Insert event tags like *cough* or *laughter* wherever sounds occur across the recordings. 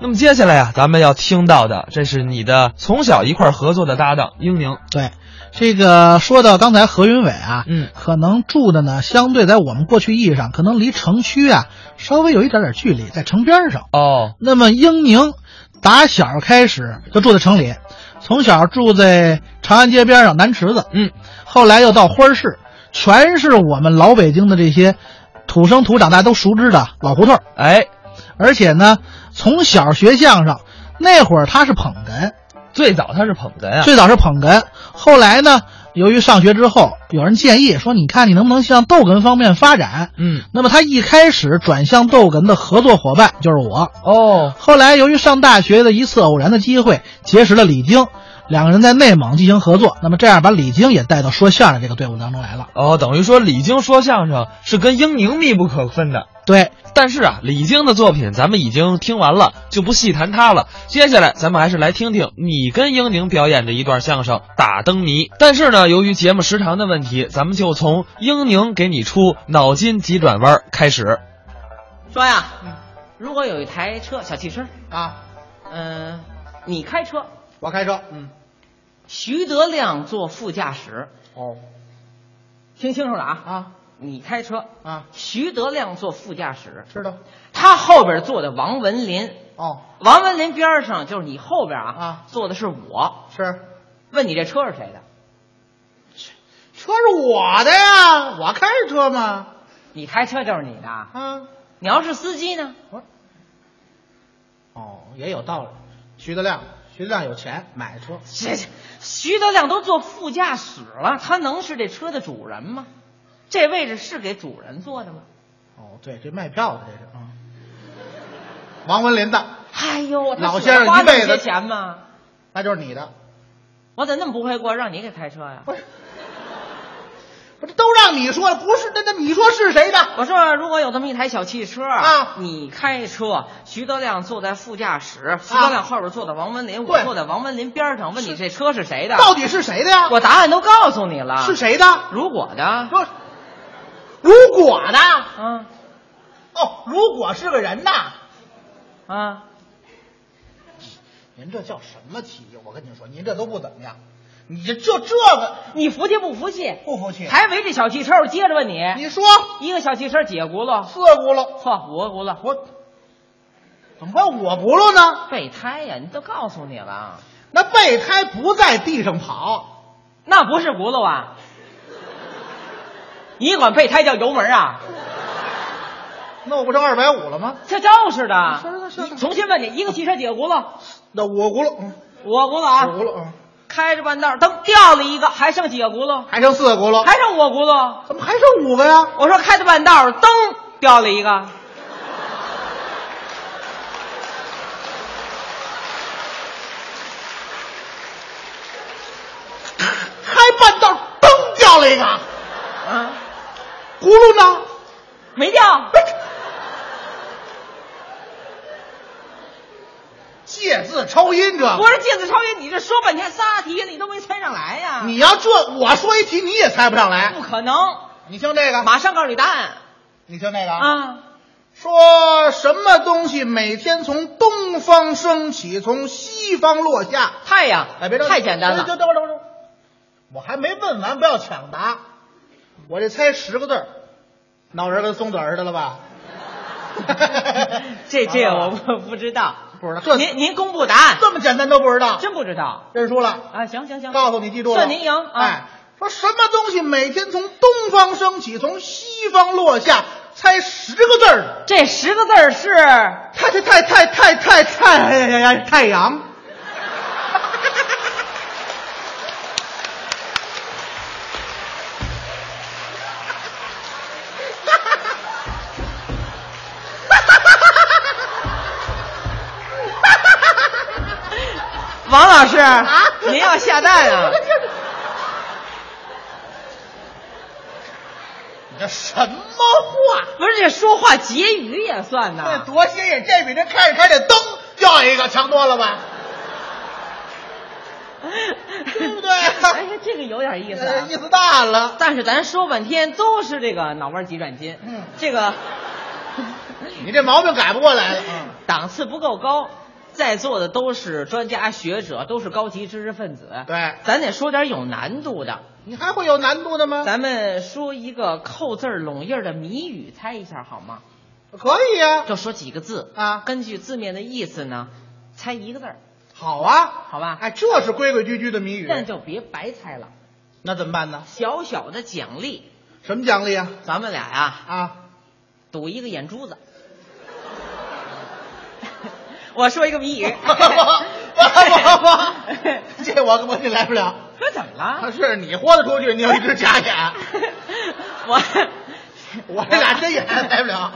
那么接下来啊，咱们要听到的，这是你的从小一块儿合作的搭档英宁。对，这个说到刚才何云伟啊，嗯可能住的呢，相对在我们过去意义上，可能离城区啊稍微有一点点距离，在城边上。哦，那么英宁打小开始就住在城里，从小住在长安街边上南池子，嗯，后来又到花市，全是我们老北京的这些土生土长大家都熟知的老胡同。哎，而且呢，从小学相声，那会儿他是捧哏，最早他是捧哏啊。最早是捧哏，后来呢，由于上学之后，有人建议说，你看你能不能向逗哏方面发展？嗯，那么他一开始转向逗哏的合作伙伴就是我。哦，后来由于上大学的一次偶然的机会，结识了李菁，两个人在内蒙进行合作。那么这样把李菁也带到说相声这个队伍当中来了。哦，等于说李菁说相声是跟英宁密不可分的。对，但是啊，李菁的作品咱们已经听完了，就不细谈他了。接下来咱们还是来听听你跟英宁表演的一段相声《打灯谜》。但是呢，由于节目时长的问题，咱们就从英宁给你出脑筋急转弯开始。说呀，嗯如果有一台车小汽车，啊，嗯、你开车，我开车，嗯，徐德亮坐副驾驶，哦，听清楚了啊啊，你开车啊，徐德亮坐副驾驶，知道，他后边坐的王文林，哦，王文林边上就是你后边啊，啊坐的是我。是，问你这车是谁的？车是我的呀，我开着车嘛，你开车就是你的，啊，你要是司机呢？哦，也有道理。徐德亮，徐德亮有钱买车，这这徐德亮都坐副驾驶了，他能是这车的主人吗？这位置是给主人坐的吗？哦，对，这卖票的这是啊。王文林的，哎呦，他老先生舍得花一辈子那些钱吗？那就是你的，我怎么那么不会过，让你给开车呀、不是，不是都让你说了，不是那那你说是谁的？我说，如果有这么一台小汽车啊你开车，徐德亮坐在副驾驶，徐德亮后边坐的王文林，我啊对坐在王文林边上。问你这车是谁的？到底是谁的呀？我答啊案都告诉你了，是？谁的？如果的，说，如果的，啊哦，如果是个人呐，啊，您这叫什么体育？我跟您说，您这都不怎么样，你这就这个你服气不服气？不服气？还围这小汽车，我接着问你，你说一个小汽车几个轱辘？四轱辘，错，五个轱辘。我怎么会我轱辘呢？备胎呀，你都告诉你了，那备胎不在地上跑，那不是轱辘啊！你管备胎叫油门啊？那我不成二百五了吗？这就是的。是的是的重新问你，一个汽车几个轱辘？那我轱辘，嗯五个轱辘我啊！轱辘，嗯开着半道儿，灯掉了一个，还剩几个轱辘？还剩四个轱辘，还剩我轱辘。怎么还剩五个呀？我说开着半道儿，灯掉了一个。还半道灯掉了一个，啊，轱辘呢？没掉。借字抽音这不是芥子超音，你这说半天仨题，你都没猜上来呀？你要这我说一题你也猜不上来不。可能，你听这个，马上告诉你答案你听这个，啊！说什么东西每天从东方升起，从西方落下？太阳，哎，别着急太简单就了。等会儿，等会儿，等会儿我还没问完，不要抢答。我这猜十个字儿，脑仁儿跟松子儿似的了吧？ *laughs* 这这完了我吧不不知道，不知道啊这您您公布答案，这么简单都不知道，真不知道认输了。啊？行行行，告诉你，记住了，算您赢啊！哎，说什么东西每天从东方升起，从西方落下？猜十个字儿，这十个字儿是太太太太太太太哎呀呀太阳。王老师，啊您要下蛋啊？你这什么话？不是，这说话结语也算这呐？多新颖！这比这开着开这灯要一个强多了吧？对 *laughs* 不对啊哎呀，这个有点意思呃啊意。思大了。但是咱说半天都是这个脑门急转筋，嗯这个你这毛病改不过来了。嗯，档次不够高。在座的都是专家学者，都是高级知识分子，对，咱得说点有难度的。你还会有难度的吗？咱们说一个扣字儿拢印儿的谜语，猜一下好吗？可以呀、就说几个字，啊，根据字面的意思呢，猜一个字儿，好啊，好吧？哎，这是规规矩矩的谜语，但就别白猜了，那怎么办呢？小小的奖励，什么奖励啊？咱们俩呀、 *laughs* 啊，赌一个眼珠子。 *laughs* 我说一个谜语，不不不，这我我这来不了。啊这怎么了？ *laughs* 是你豁得出去，你有一只假眼，我我这俩真眼来不 *laughs* 了。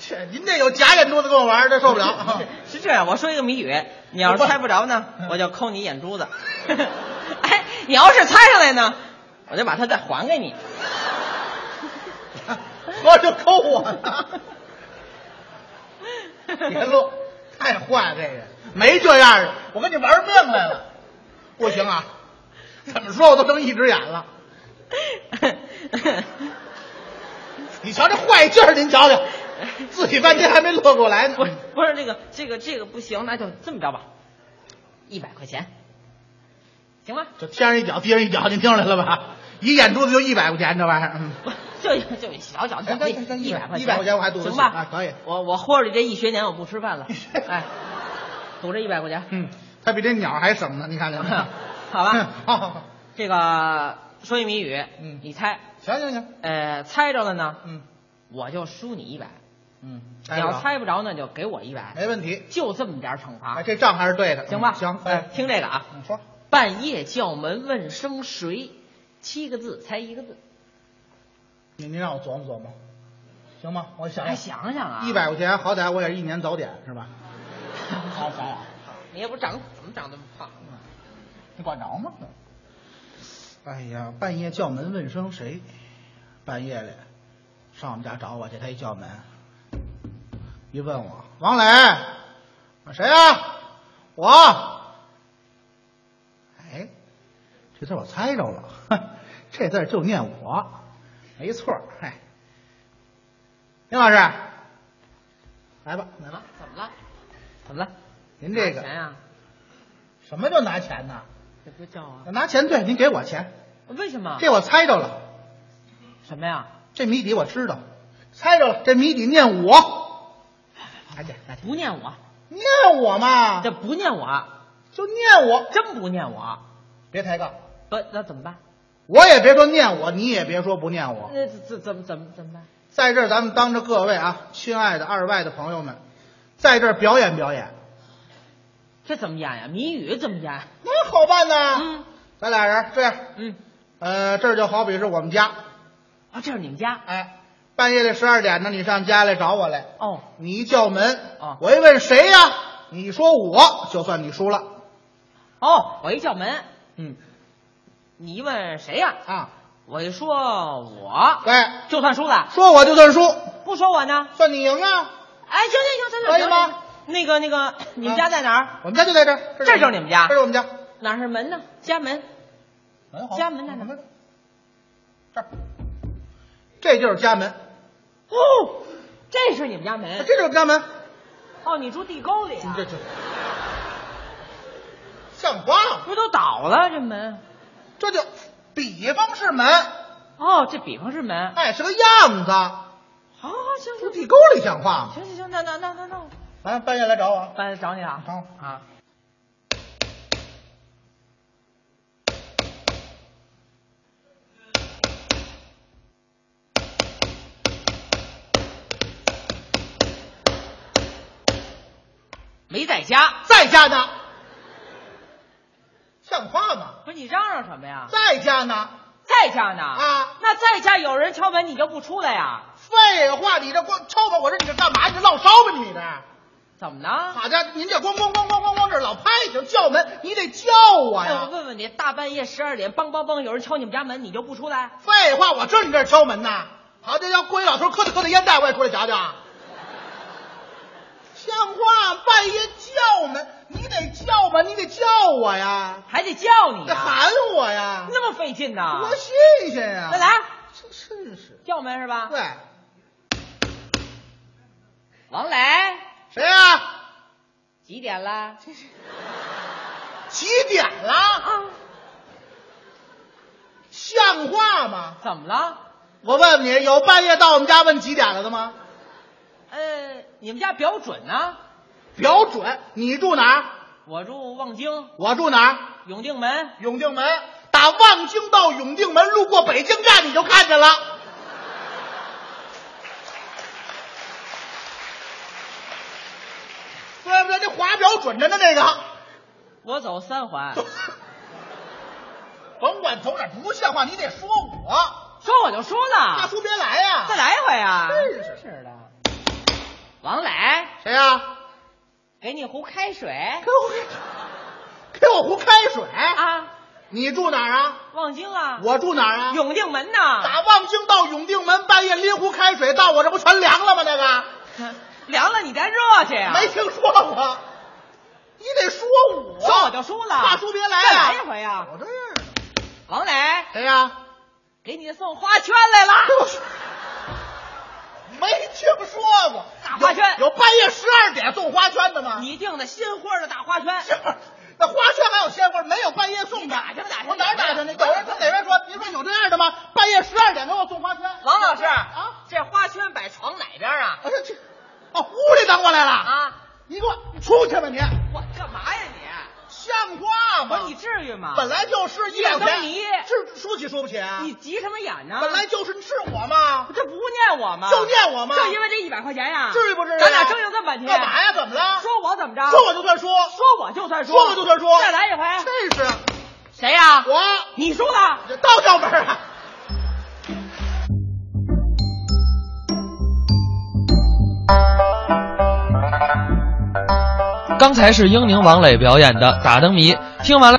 切，您这有假眼珠子跟我玩，这受不了。 *laughs* 是这样，我说一个谜语，你要是猜不着呢，我就抠你眼珠子。 *laughs* 哎，你要是猜上来呢，我就把它再还给你。 *laughs* 合着扣 *laughs* 我 *laughs* 呢？别录，太坏了，这人没这样的。我跟你玩命来了，不行啊！怎么说我都睁一只眼了。你瞧这坏劲儿，您瞧瞧，自己半天还没乐过来呢。 *laughs* 不是不是这个这个这个不行，那就这么着吧，一百块钱，行吗？ *laughs* 这天上一脚，地上一脚，您听出来了吧？一眼珠子就一百块钱，这玩意儿。嗯不就就小小奖哎行行行励，一百块一百块钱我还赌得起行吧？啊可以我我豁着这一学年我不吃饭了，哎，赌这一百块钱，嗯，他比这鸟还省呢，你看见没？ *laughs* 好吧嗯 *laughs* 好好好，这个说一谜语，嗯你猜，行行行，呃，猜着了呢，嗯我就输你一百；嗯，你要猜不着呢，就给我一百，没问题，就这么点儿惩哎，罚，这账还是对的，行吧？嗯行，哎，听这个啊，你说半夜叫门问声谁，七个字猜一个字，您您让我琢磨琢磨，行吗？我想还想想啊，一，百块钱，好歹我也是一年早点是吧？好好好，你也不长怎么长这么胖？你管着吗？哎呀，半夜叫门问声谁？半夜里上我们家找我去，他一叫门，一问我王磊，我说谁啊？我，哎，这字儿我猜着了， *laughs* 哼，这字儿就念我，没错儿，嗨，林老师，来吧，来怎吧么，怎么了？怎么了？您这个拿钱呀？什么叫拿钱呢？这不叫啊？拿钱对，您给我钱，为什么？这我猜着了。什么呀？这谜底我知道，猜着了。这谜底念我，拿去拿去，不念我，念我嘛，这不念我，就念我，真不念我。别抬杠。不，那怎么办？我也别说念我，你也别说不念我。那怎怎么怎么怎么办？在这儿，咱们当着各位啊，亲爱的二外的朋友们，在这儿表演表演，这怎么演呀？谜语怎么演？那好办呐。嗯咱俩人这样，嗯，呃，这儿就好比是我们家，啊，这是你们家哎，半夜里十二点呢，你上家来找我来，哦，你一叫门，哦我一问谁呀、你说我，就算你输了。哦，我一叫门，嗯你一问谁呀、啊，我一说我，对，就算输了。说我就算输，不说我呢？算你赢啊！哎，行行行，咱俩可以吗聊聊？那个那个，你们家在哪儿？我们家就在这儿，这就是你们家这是我们家。哎哪是门呢？家门。家门在哪儿？这儿，这就是家门，哦，这是你们家门啊这。嗯就是家门。哦，你住地沟里、你啊这，这像话吗？不是都倒了这门？这就比方是门，哦，这比方是门。哎，是个样子。好好好行这行地沟里像话吗？行行行，那那那那那我来，半夜来找我。班找你了啊。好啊没在家，在家呢，像话吗？不是你嚷嚷什么呀？在家呢。在家呢啊那在家有人敲门，你就不出来呀？废话，你这光敲吧，我说你这干嘛？你这烙烧吧，你这。怎么了？好家啊伙，您这咣咣咣咣咣咣这老拍响叫门，你得叫我哎，我呀！问问你，大半夜十二点，梆梆梆，有人敲你们家门，你就不出来？废话，我知道你这儿敲门呐。好家伙，要过一老头磕的磕的烟袋，我也出来瞧瞧啊。像话，半夜叫门，你得叫吧，你得叫我呀，还得叫你得呀？喊我呀，那么费劲呢？多新鲜呀！快，来这真是叫门是吧？对，王磊，谁呀？几点啦？几点了？啊，像话吗？怎么了？我问问你，有半夜到我们家问几点了的吗？呃，你们家表准呢？标准。你住哪儿？我住望京我住哪儿？永定门，永定门。打望京到永定门，路过北京站，你就看见了。对不对？这华表准着呢，那个。 *laughs* 我走三环，甭管走哪儿，不像话，你得说我。说我就说大了，叔别来呀、再。来一回啊！真是是的，王磊，谁呀、给你壶开水给我给我壶开水啊！啊，你住哪儿啊？望京啊，我住哪儿啊？永定门呐，打望京到永定门，半夜拎壶开水到我这不全凉了吗？那个。 *laughs* 凉了你再热去啊呀！没听说过，你得说我，说我就输了，大叔别来再啊来一回呀！我这样，王磊，谁呀？给你送花圈来了，没听说过大花圈有有半夜十二点送花圈的吗？你订的新花的大花圈，是那花圈还有鲜花，没有半夜送的。打听打听我哪儿打听去？打有听人从哪边说？您说有这样的吗？半夜十二点给我送花圈？王老师啊，，这花圈摆床哪边啊？我说去，哦，屋里等我来了。啊，你给我你出去吧你，我干嘛呀你？像话我吗？说你至于吗？啊本来就是一夜两灯天，谜是输起输不起啊？你急什么眼呢？本来就是，你是我吗？这不念我吗？就念我吗就因为这一百块钱呀？至于不至于？啊啊咱俩争吵这么半天，干嘛呀？？怎么了？说我怎么着？说我就算说，说我就算说，说我就算说再来一回。这是谁呀？我你输了。这倒叫门啊！刚才是英宁王磊表演的《打灯谜》，听完了。